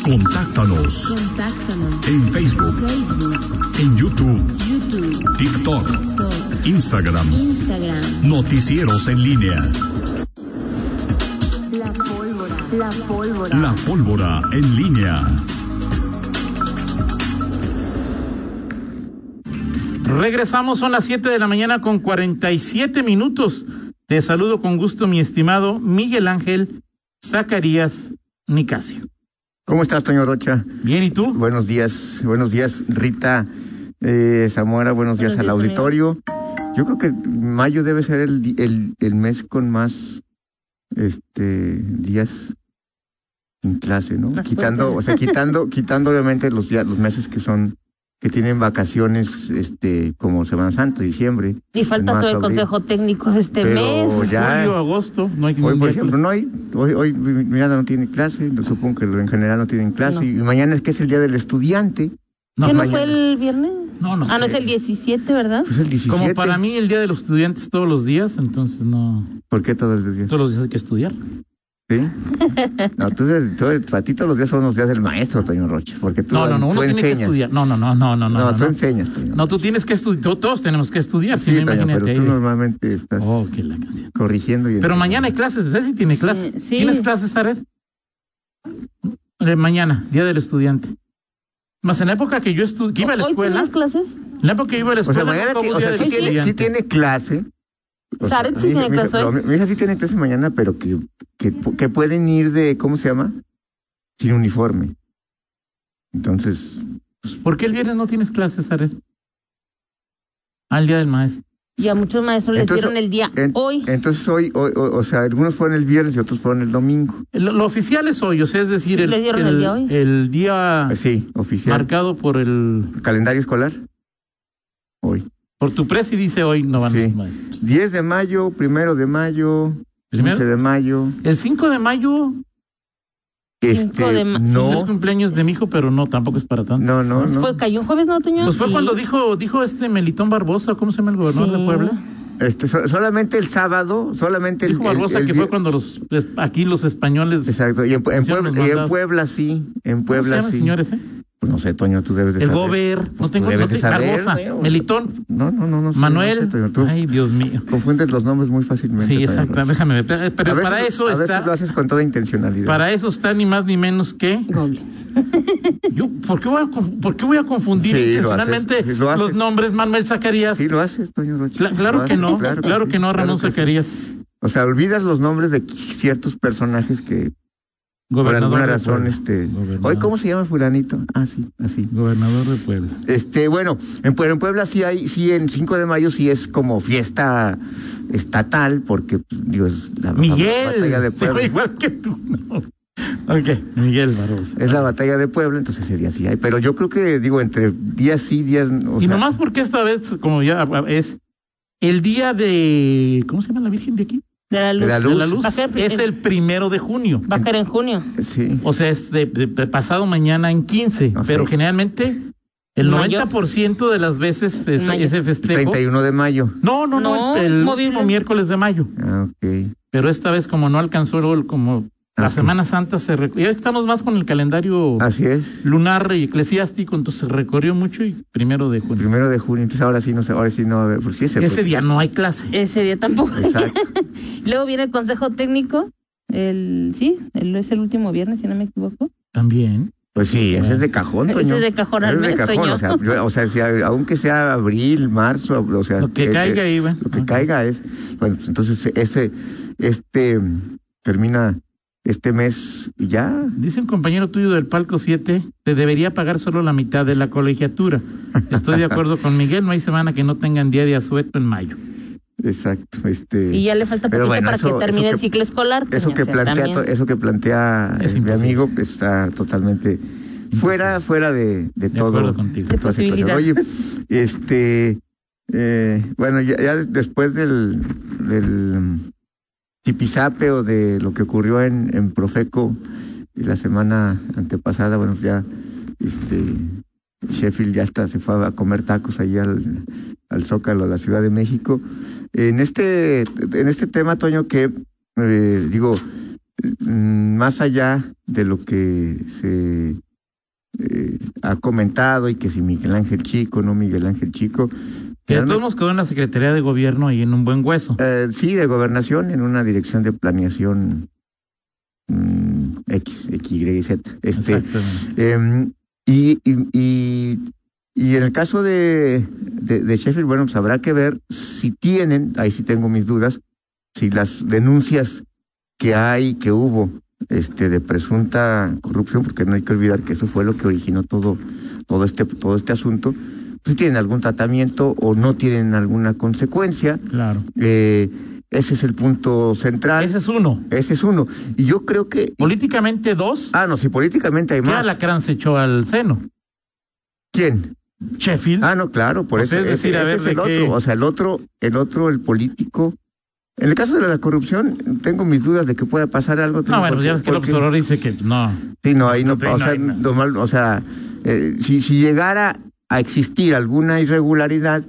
Contáctanos Contáctanos. en Facebook, Facebook, en YouTube, YouTube, TikTok, TikTok, Instagram, Instagram. Noticieros en línea. La pólvora. La pólvora. La pólvora en línea. Regresamos, son las 7 de la mañana con 47 minutos. Te saludo con gusto, mi estimado Miguel Ángel Zacarías Nicasio. ¿Cómo estás, Toño Rocha? Bien, ¿y tú? Buenos días, buenos días, Rita eh, Zamora, buenos días Buenos al días, auditorio. Yo creo que mayo debe ser el, di- el, el mes con más este días en clase, ¿no? Las Quitando, propias. o sea, quitando, quitando obviamente los días, los meses que son, que tienen vacaciones, este, como Semana Santa, diciembre. Y falta en todo el marzo, abril. consejo técnico de este Pero mes. ya, Julio, agosto, no hay Hoy, por miércoles. ejemplo, no hay. Hoy, hoy Miranda no tiene clase, supongo que en general no tienen clase. No. Y mañana es que es el día del estudiante, No, ¿Qué no mañana. fue el viernes? No, no ah, no es sé. el 17, ¿verdad? pues el 17. Como para mí el día de los estudiantes todos los días, entonces no ¿Por qué todos los días? todos los días hay que estudiar. ¿Sí? No, tú, tú- para ti todos los días son los días del maestro, Toño Rocha. Porque tú, No, no, no, tú uno tiene que enseñas. estudiar. No, no, no, no, no, No, no. No, tú enseñas, Toño. No, tú tienes que estudiar, todos tenemos que estudiar, si sí, no Toño, pero imagínate. tú ahí de- normalmente estás Oh, qué la canción. corrigiendo. Y Pero mañana hay clases, ¿usted sí tiene clases? sí. ¿Tienes clases, Zaret? Eh, mañana, Día del Estudiante. Más en la época que yo estudié, iba a la ¿Hoy escuela, tienes clases? en la época que yo iba a la O escuela, sea, mañana nunca ti- hubo o Día sea, del sí, tiene, sí Estudiante. tiene clase. O sea, Zaret sí mi hija- tiene mi hija- clase hoy. no, Mi hija sí tiene clase mañana, pero que, que, que pueden ir de, ¿cómo se llama? Sin uniforme. Entonces, ¿Por qué el viernes no tienes clases, Zaret? Al Día del Maestro. Y a muchos maestros les Entonces, dieron el día en- hoy. entonces hoy, hoy- o, o sea, algunos fueron el viernes y otros fueron el domingo. Lo, lo oficial es hoy, o sea, es decir, Sí, el, les dieron el día hoy. el día Sí, oficial. marcado por el calendario escolar. Hoy. por tu presi dice hoy no van Sí. los maestros. 10 de mayo, primero de mayo, Primero. 11 de mayo. El 5 de mayo Este, de ma- no es no, cumpleaños de mi hijo, pero no, tampoco es para tanto. no, no, no. Fue, cayó un jueves, ¿no, Toño? Pues fue Sí. cuando dijo dijo este Melitón Barbosa, ¿cómo se llama el gobernador Sí. de Puebla? Este, so- solamente el sábado, solamente el, Dijo el- Barbosa el que vier- fue cuando los es- aquí los españoles Exacto, y en, en Hicieron los Puebla, y en mandados. Puebla sí, en ¿cómo se Puebla llaman, sí. señores, eh? Pues no sé, Toño, tú debes de el saber. gober, no Pues tengo tú no debes de sé, saber, Barbosa, güey. Melitón, No, no, no, no. sé, Manuel. no sé, Toño, tú Ay, Dios mío. confundes los nombres muy fácilmente. Sí, Toño Rocha. exacto, déjame ver, pero- A pero veces- para eso a veces lo está haces con toda intencionalidad. para eso está ni más ni menos que Goble. yo ¿por qué voy a, conf- por qué voy a confundir Sí, lo haces, intencionalmente sí, lo haces. los nombres Manuel Zacarías? Sí, lo haces, Toño Rocha. Cla- Lo claro que haces, no, claro que claro sí, que no, claro Ramón que sí. Zacarías, O sea, olvidas los nombres de ciertos personajes que por gobernador alguna de razón, Puebla. este. Gobernador. Hoy, ¿cómo se llama fulanito? Ah, sí, así. Gobernador de Puebla. Este, bueno, en, Pue- en Puebla sí hay, sí, en 5 de mayo sí es como fiesta estatal, porque, pues, digo, es la batalla de Miguel. Se Puebla. ve igual que tú. no. Ok, Miguel Barbosa. Es la batalla de Puebla, entonces ese día sí hay. Pero yo creo que, digo, entre días sí, días. O Y sea, nomás porque esta vez, como ya es el día de. ¿Cómo se llama la Virgen de aquí? De la luz. De la luz. Ah, De la luz. Va a ser- Es el primero de junio. Va a caer en junio. Sí. O sea, es de, de- de pasado mañana en 15. Ajá. Pero generalmente el Mayo. 90% de las veces es- Mayo. ese festejo. 31 de mayo. No, no, no, No, el, el movible. último miércoles de mayo. Ah, ok. Pero esta vez, como no alcanzó el gol, como la Ah, sí. Ah, Semana Santa se. rec- Ya estamos más con el calendario. Así es. lunar y eclesiástico, entonces se recorrió mucho y primero de junio. Primero de junio, entonces ahora sí no sé, ahora sí no, a ver, pues sí ese. Ese día no hay clase. Ese día tampoco. Exacto. Luego viene el consejo técnico. El, sí, el, es el último viernes, si no me equivoco. También. Pues sí, ese es de cajón, Ese Toño. es de cajón al Ese es mes, de cajón, Toño. o sea, yo- o sea, si a- aunque sea abril, marzo, ab- o sea, Lo que eh, caiga eh, ahí, güey. lo que caiga es, bueno, pues entonces ese, este mm, termina este mes y ya. Dice un compañero tuyo del palco 7, te debería pagar solo la mitad de la colegiatura. Estoy de acuerdo con Miguel, no hay semana que no tengan día de asueto en mayo. Exacto, este. Y ya le falta Pero poquito bueno, para eso- que termine eso el que- ciclo escolar. eso Toño, que o sea, plantea, también. to- eso que plantea Es eh, mi imposible. amigo pues, está totalmente fuera, fuera de, de, De todo. acuerdo contigo. de toda situación. Oye, este, eh, bueno, ya, ya después del, del mm, tipizape o de lo que ocurrió en, en Profeco la semana antepasada, bueno, ya, este, Sheffield ya hasta se fue a comer tacos ahí al, al Zócalo, a la Ciudad de México. En este, en este tema, Toño, que eh, digo, mm, más allá de lo que se eh, ha comentado y que si Miguel Ángel Chico, no Miguel Ángel Chico. Que de realmente- todos modos quedó en la Secretaría de Gobierno y en un buen hueso. eh, sí, de gobernación en una dirección de planeación mm, X, X, Y, Z. Este, Exactamente. Em, y, y, y, y en el caso de, de, de Sheffield, bueno, pues habrá que ver si tienen, ahí sí tengo mis dudas, si las denuncias que hay, que hubo, este, de presunta corrupción, porque no hay que olvidar que eso fue lo que originó todo, todo este, todo este asunto, si tienen algún tratamiento o no tienen alguna consecuencia. Claro. Eh, ese es el punto central. Ese es uno. Ese es uno. Y yo creo que. Políticamente dos. Ah, no, si políticamente hay ¿Qué más. alacrán se echó al seno? ¿Quién? Sheffield. Ah, no, claro, por O eso sea, es ese- decir, a ese ver, es ¿de el qué? otro, o sea, el otro, el otro, el político. En el caso de la corrupción, tengo mis dudas de que pueda pasar algo. no, bueno, pues porque- ya ves que el porque- observador dice que no. Sí, no, ahí no, Sí, o no, sea, ahí no. normal, o sea, eh, si, si llegara a existir alguna irregularidad,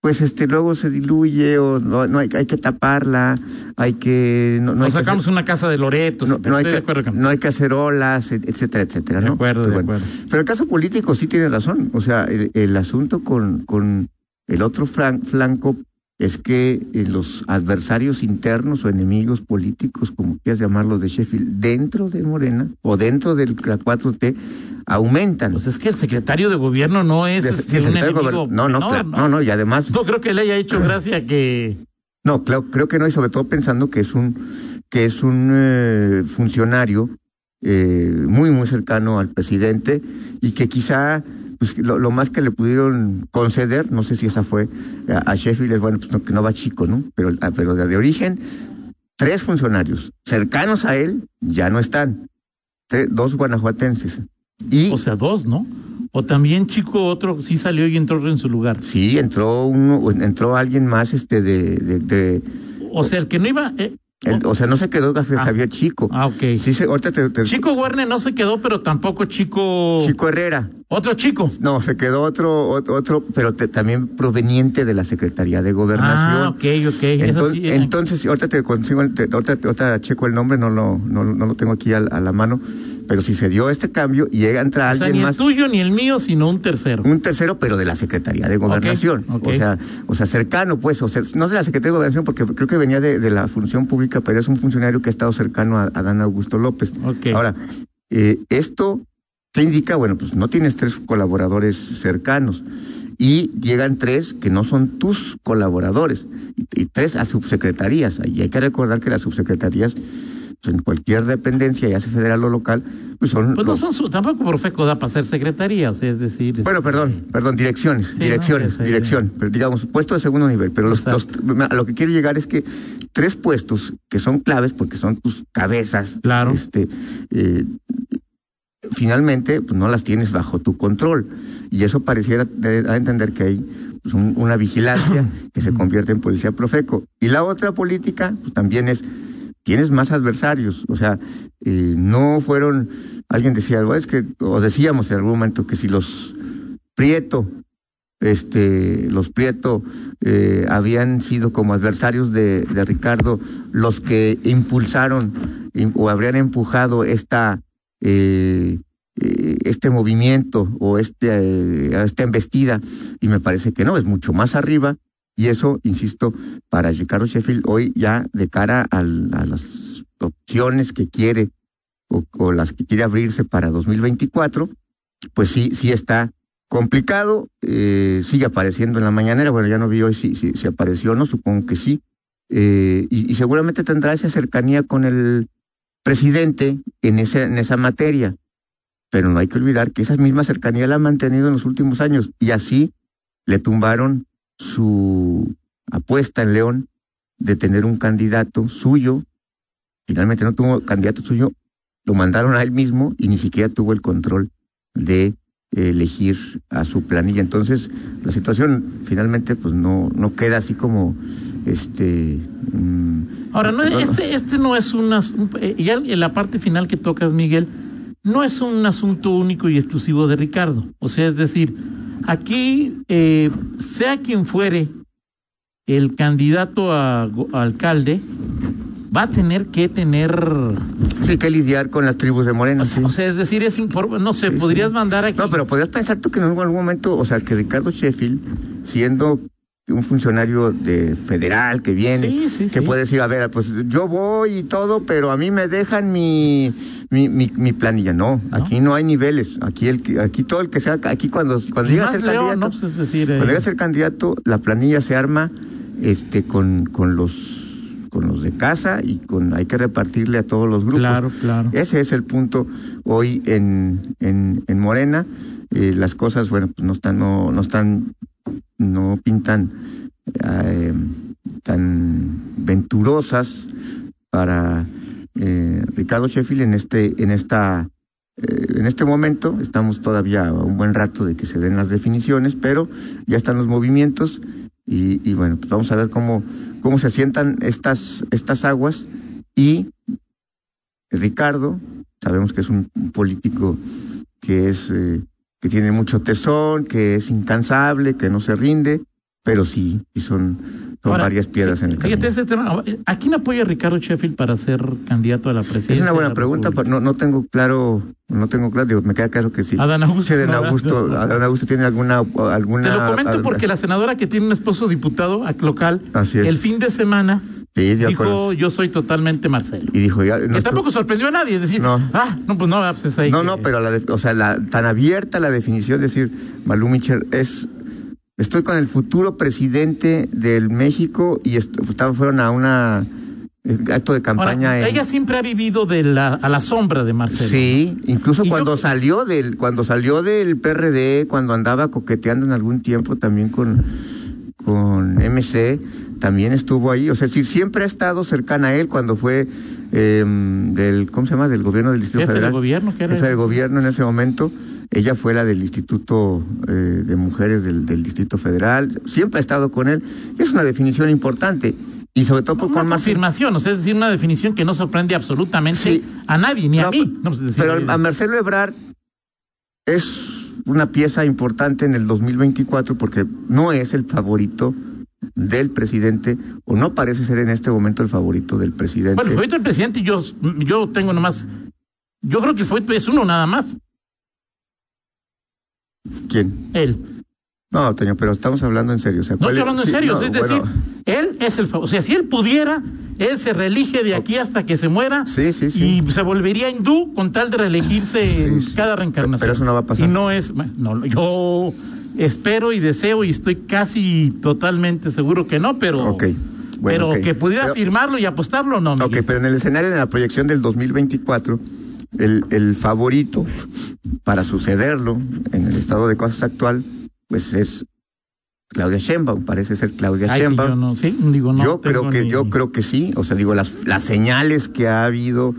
pues este luego se diluye o no, no hay, hay que taparla, hay que no, no Nos hay que hacer- sacamos una casa de Loreto. no, sí, no hay estoy de que, acuerdo. con- no hay que hacer olas, et- etcétera, etcétera. De ¿no? Pues acuerdo, Pero de acuerdo. Pero el caso político sí tiene razón. O sea, el, el asunto con, con el otro flan- flanco es que eh, los adversarios internos o enemigos políticos, como quieras llamarlos, de Sheffield, dentro de Morena o dentro de la 4T, aumentan. Pues es que el secretario de gobierno no es De- este, sí, el un secretario de enemigo. Gober- no, no, menor, claro, no, no, y además No creo que le haya hecho gracia que. No, claro, creo que no, y sobre todo pensando que es un, que es un eh, funcionario eh, muy, muy cercano al presidente y que quizá pues, lo, lo más que le pudieron conceder, no sé si esa fue a, a Sheffield, es bueno, pues no, que no va chico, ¿no? Pero, ah, pero de, de origen, tres funcionarios cercanos a él ya no están, Tre- dos guanajuatenses. Y O sea, dos, ¿no? O también chico otro sí salió y entró en su lugar. sí, entró uno, entró alguien más este de... de, de- O sea, el que no iba. eh, el- o sea, no se quedó Gabriel Ah. Javier Chico. ah, ok. Sí, se, ahorita te, te- Chico Werner no se quedó, pero tampoco Chico. Chico Herrera. Otro chico. No, se quedó otro, ot- otro, pero te- también proveniente de la Secretaría de Gobernación. Ah, ok, ok. Eso Entonces, sí, eh, entonces, ahorita te consigo, el- te- ahorita, ahorita checo el nombre, no lo, no, lo- no lo tengo aquí al- a, la mano, pero si se dio este cambio y llega, entra o sea, ni alguien el más, tuyo ni el mío, sino un tercero. un tercero, pero de la Secretaría de Gobernación. ok. O sea, o sea, cercano, pues, o sea, no de la Secretaría de Gobernación, porque creo que venía de, de la función pública, pero es un funcionario que ha estado cercano a, a Dan Augusto López. Ok. Ahora, eh, esto te indica, bueno, pues no tienes tres colaboradores cercanos y llegan tres que no son tus colaboradores y, y tres a subsecretarías. Y hay que recordar que las subsecretarías pues, en cualquier dependencia, ya sea federal o local, pues son... pues no los- son su, tampoco Profeco da para ser secretaría, o sea, es decir. bueno, perdón, perdón, direcciones, no, direcciones, pues, ahí- dirección, pero digamos, puesto de segundo nivel, pero los, los- a lo que quiero llegar es que tres puestos que son claves porque son tus cabezas, Claro. este, eh, finalmente pues, no las tienes bajo tu control y eso pareciera de- a entender que hay pues, un- una vigilancia que se convierte en policía profeco y la otra política pues, también es tienes más adversarios. O sea, eh, no fueron, alguien decía algo, es que, o decíamos en algún momento que si los Prieto, este, los Prieto eh, habían sido como adversarios de, de Ricardo los que impulsaron im- o habrían empujado esta eh, eh, este movimiento o este, eh, esta embestida, y me parece que no, es mucho más arriba, y eso, insisto, para Ricardo Sheffield hoy ya de cara al- a las opciones que quiere o, o las que quiere abrirse para 2024, pues sí, sí está complicado, eh, sigue apareciendo en la mañanera, bueno, ya no vi hoy si, si, si apareció o no, supongo que sí, eh, y, y seguramente tendrá esa cercanía con el presidente en, ese, en esa materia, pero no hay que olvidar que esa misma cercanía la ha mantenido en los últimos años y así le tumbaron su apuesta en León de tener un candidato suyo. Finalmente no tuvo candidato suyo, lo mandaron a él mismo y ni siquiera tuvo el control de eh, elegir a su planilla. Entonces, la situación finalmente pues no, no queda así como este mm, Ahora, no, no, no. este, este no es un asunto, eh, ya en la parte final que tocas, Miguel, no es un asunto único y exclusivo de Ricardo. O sea, es decir, aquí, eh, sea quien fuere el candidato a, go- a alcalde, va a tener que tener. Sí, hay que lidiar con las tribus de Morena. O sea, sí. o sea, es decir, es impor- no sé, Sí, sí. podrías mandar aquí. No, pero podrías pensar tú que en algún momento, o sea, que Ricardo Sheffield, siendo un funcionario de federal que viene, Sí, sí, que sí. puede decir, a ver, pues yo voy y todo, pero a mí me dejan mi, mi, mi, mi planilla. No, aquí no hay niveles. Aquí el que- aquí todo el que sea, aquí cuando, cuando Y llega a más ser León, candidato, ¿no? Pues es decir, eh, cuando llega a ser candidato, la planilla se arma este con, con los con los de casa y con hay que repartirle a todos los grupos. Claro, claro. Ese es el punto hoy en, en, en Morena. Eh, las cosas, bueno, pues no están, no, no están, no pintan eh, tan venturosas para eh, Ricardo Sheffield en este, en esta, eh, en este momento. Estamos todavía a un buen rato de que se den las definiciones, pero ya están los movimientos y, y bueno, pues vamos a ver cómo, cómo se asientan estas, estas aguas y Ricardo, sabemos que es un un político que es eh, que tiene mucho tesón, que es incansable, que no se rinde, pero sí, y son, son ahora, varias piedras en el fíjate camino. ese tema. ¿A quién apoya Ricardo Sheffield para ser candidato a la presidencia? Es una de buena la pregunta, pero República? no, no tengo claro, no tengo claro, digo, me queda claro que sí. Adán Si Augusto. Adán Ah, ¿no? Augusto, Adán Augusto tiene alguna alguna Te lo comento alguna- porque la senadora que tiene un esposo diputado ac- local, Así es. el fin de semana Sí, de acuerdo. dijo yo soy totalmente Marcelo. Y dijo, ya, Que nuestro- tampoco sorprendió a nadie, es decir, No. ah, no, pues no, pues es ahí No, que- no, pero la, de- o sea, la, tan abierta la definición, es decir, Malú Michel es, estoy con el futuro presidente del México y est- estaban- fueron a una eh, acto de Ahora, campaña en- ella siempre ha vivido de la, a la sombra de Marcelo. Sí, incluso Y yo- cuando salió del cuando salió del PRD, cuando andaba coqueteando en algún tiempo también con con MC, también estuvo ahí, o sea, es decir, siempre ha estado cercana a él cuando fue em, del ¿cómo se llama? del gobierno del Distrito Jefe de Federal. gobierno, que era jefa de ese. gobierno en ese momento. Ella fue la del Instituto eh, de Mujeres del, del Distrito Federal. Siempre ha estado con él. Es una definición importante. Y sobre todo Una con más afirmación, o sea, es decir, una definición que no sorprende absolutamente Sí. a nadie, ni a No, mí. No, pues, es decir, Pero a Marcelo Ebrard es una pieza importante en el 2024 porque no es el favorito del presidente o no parece ser en este momento el favorito del presidente. Bueno, el favorito del presidente, yo, yo tengo nomás. Yo creo que el favorito es uno nada más, ¿Quién? él. No, Toño, pero estamos hablando en serio. o sea, No estoy ¿cuál es- hablando en sí, serio, no, es decir, bueno, él es el favorito. O sea, si él pudiera, él se reelige de aquí hasta que se muera Sí, sí, sí. y se volvería hindú con tal de reelegirse en sí. cada reencarnación. Pero eso no va a pasar. Y no es. No, yo espero y deseo y estoy casi totalmente seguro que no, pero. Ok, bueno, pero ok. que pudiera Pero- firmarlo y apostarlo, no. Ok, Miguel. pero en el escenario, en la proyección del 2024, el, el favorito para sucederlo en el estado de cosas actual, pues es Claudia Sheinbaum, parece ser Claudia Ay, sí, Sheinbaum. yo no, sí, digo, no yo creo tengo que ni- yo creo que sí, o sea, digo las las señales que ha habido,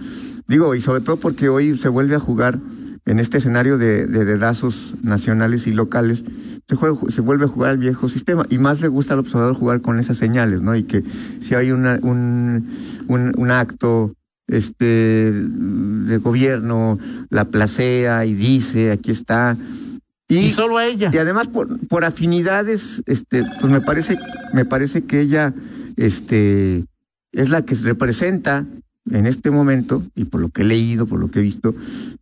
digo, y sobre todo porque hoy se vuelve a jugar en este escenario de, de dedazos nacionales y locales, se, juega- se vuelve a jugar al viejo sistema y más le gusta al observador jugar con esas señales, ¿no? Y que si hay una, un, un, un acto este de gobierno, la placea y dice, aquí está. Y solo a ella. Y además por, por afinidades, este, pues me parece, me parece que ella, este, es la que se representa en este momento, y por lo que he leído, por lo que he visto,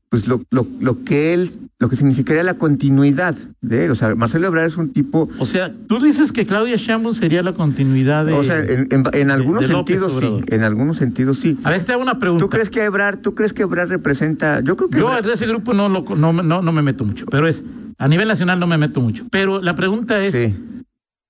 pues lo, lo, lo que él, lo que significaría la continuidad de él. O sea, Marcelo Ebrard es un tipo, O sea, tú dices que Claudia Sheinbaum sería la continuidad de... o sea, en, en- en algunos de López sentidos sí, Obrador. en algunos sentidos sí. A ver, te hago una pregunta. ¿Tú crees que Ebrard, tú crees que Ebrard representa, yo creo que Yo Ebrard- de ese grupo no, lo, no, no, no me meto mucho, pero es... A nivel nacional no me meto mucho. Pero la pregunta es... Sí.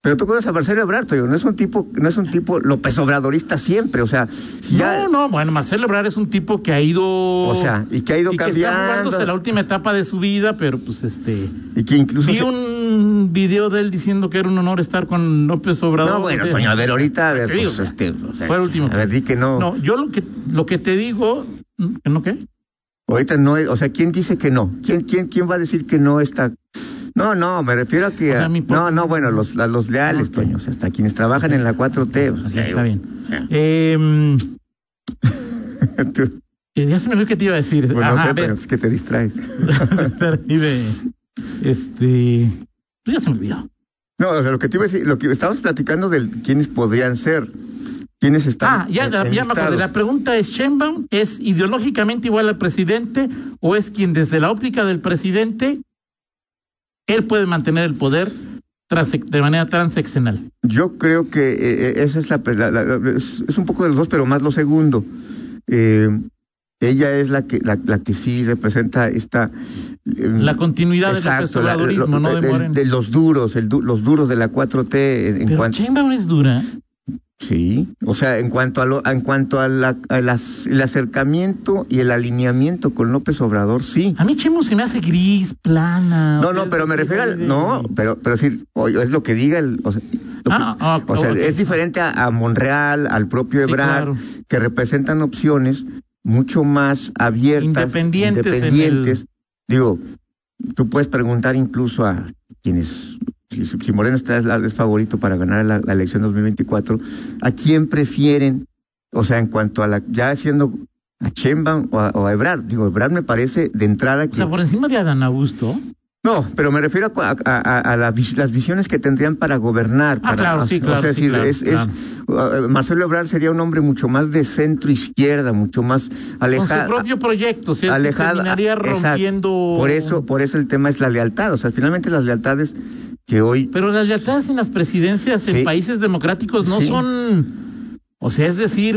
Pero tú conoces a Marcelo Ebrard, Toño, no es un tipo, no es un tipo López Obradorista siempre, o sea, si ya, No, no, bueno, Marcelo Ebrard es un tipo que ha ido... o sea, y que ha ido y que está jugándose la cambiando, última etapa de su vida, pero pues este... y que incluso Vi se- un video de él diciendo que era un honor estar con López Obrador. No, bueno, o sea, Toño, a ver, ahorita, a ver, Te digo, pues, este, o sea, fue el último. a ver, di que no. No, yo lo que, lo que te digo... ¿No qué? Ahorita no, es- o sea, ¿quién dice que no? ¿Quién, quién, quién va a decir que no está? No, no, me refiero a que, O sea, mi po- no, no, bueno, los, la- los leales, Ok. Toño, o sea, hasta quienes trabajan en la 4T. o Ok, sea, Pues, está bien. Eh, tú- Eh, Ya se me olvidó que te iba a decir. pues, no Ajá, sé, a pero ver. es que te distraes. Perdí de- Este. Ya se me olvidó. No, o sea, lo que te iba a decir, lo que estábamos platicando de quiénes podrían ser. ¿Quiénes están? Ah, ya, ya me acordé. enlistados? La pregunta es, ¿Sheinbaum es ideológicamente igual al presidente o es quien desde la óptica del presidente, él puede mantener el poder tras- de manera transeccional? Yo creo que eh, eh, esa es la, la- la- es, es un poco de los dos, pero más lo segundo. Eh, ella es la que la, la que sí representa esta eh, La continuidad del exacto, la- conservadurismo, lo- ¿no? De el- Morena. de los duros, el du- los duros de la 4T en, en Pero cuanto Sheinbaum es dura. sí, o sea, en cuanto a lo, en cuanto a la, a las- el acercamiento y el alineamiento con López Obrador, sí. A mí Sheinbaum se me hace gris, plana. o No, sea, no, pero me es- refiero al no, pero pero sí, o- es lo que diga el o sea, lo que- Ah, ah, O sea, ok. es diferente a, a Monreal, al propio Sí, Ebrard, claro. que representan opciones mucho más abiertas, Independientes en independientes. Digo, tú puedes preguntar incluso a quienes, si, si Moreno está es, la- es favorito para ganar la, la elección 2024, ¿a quién prefieren? O sea, en cuanto a la, ya siendo a Sheinbaum o a, o a Ebrard, digo, Ebrard me parece de entrada O que... sea, por encima de Adán Augusto. No, pero me refiero a, cua- a- a- a la vis- las visiones que tendrían para gobernar. Ah, para- claro, sí, o claro, sea, sí, si claro, es- es- uh, Marcelo Ebrard sería un hombre mucho más de centro izquierda, mucho más Con su alejado. propio proyecto, si él se alejado terminaría ah, exacto. rompiendo. Por eso, por eso el tema es la lealtad. O sea, finalmente las lealtades que hoy Pero las lealtades en las presidencias en Sí. países democráticos no Sí. son, o sea, es decir,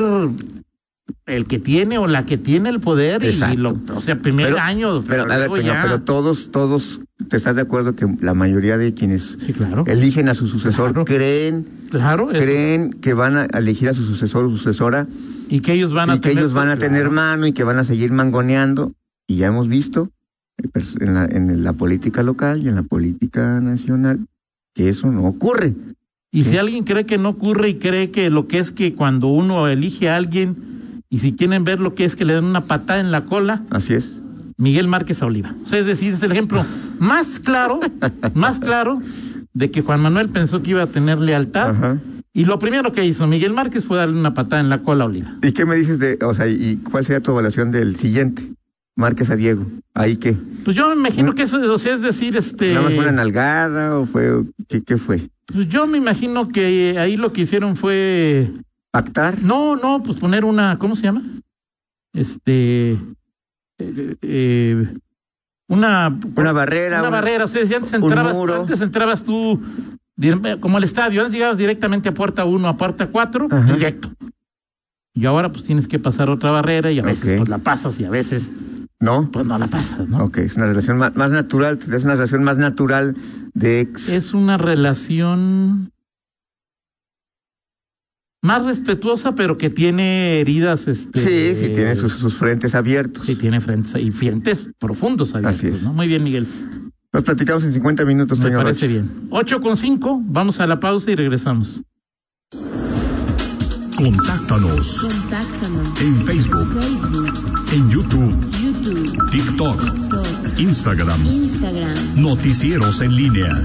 el que tiene o la que tiene el poder y- y, Exacto. lo, o sea, primer Pero- año. Pero, a ver, luego Toño, ya- pero todos, todos, ¿te estás de acuerdo que la mayoría de quienes Sí, claro. eligen a su sucesor Claro. creen, claro, eso- creen que van a elegir a su sucesor o sucesora y que ellos van a y que tener ellos van a claro. tener mano y que van a seguir mangoneando. Y ya hemos visto eh, pers- en la, en la política local y en la política nacional que eso no ocurre. Y si alguien cree que no ocurre y cree que lo que es que cuando uno elige a alguien y si quieren ver lo que es que le dan una patada en la cola, Así es. Miguel Márquez a Oliva. O sea, es decir, es el ejemplo más claro, más claro de que Juan Manuel pensó que iba a tener lealtad. Ajá. Y lo primero que hizo Miguel Márquez fue darle una patada en la cola a Oliva. ¿Y qué me dices de, o sea, y cuál sería tu evaluación del siguiente? Márquez a Diego. ¿Ahí qué? Pues yo me imagino que eso, o sea, es decir, este. ¿Nada más fue una nalgada o fue, qué, qué fue? pues yo me imagino que ahí lo que hicieron fue. ¿Pactar? No, no, pues poner una. ¿Cómo se llama? Este. eh, eh, una. Una barrera. una una- barrera. O sea, si antes un entrabas, muro. antes entrabas tú. dir- Como el estadio, antes llegabas directamente a puerta uno, a puerta cuatro, Ajá. directo. Y ahora pues tienes que pasar otra barrera y a veces Ok. pues la pasas y a veces ¿No? pues no la pasas, ¿no? Ok, es una relación más, más natural, es una relación más natural de ex. es una relación más respetuosa, pero que tiene heridas. Este, Sí, sí, tiene sus, sus frentes abiertos. Sí, tiene frentes y frentes profundos abiertos, Así es. ¿no? Muy bien, Miguel. Nos platicamos en 50 minutos, Me Toño parece Rocha. bien. Ocho con cinco, vamos a la pausa y regresamos. Contáctanos Contáctanos. en Facebook, Facebook, en YouTube, YouTube, TikTok, Tok, Instagram, Instagram. Noticieros en línea.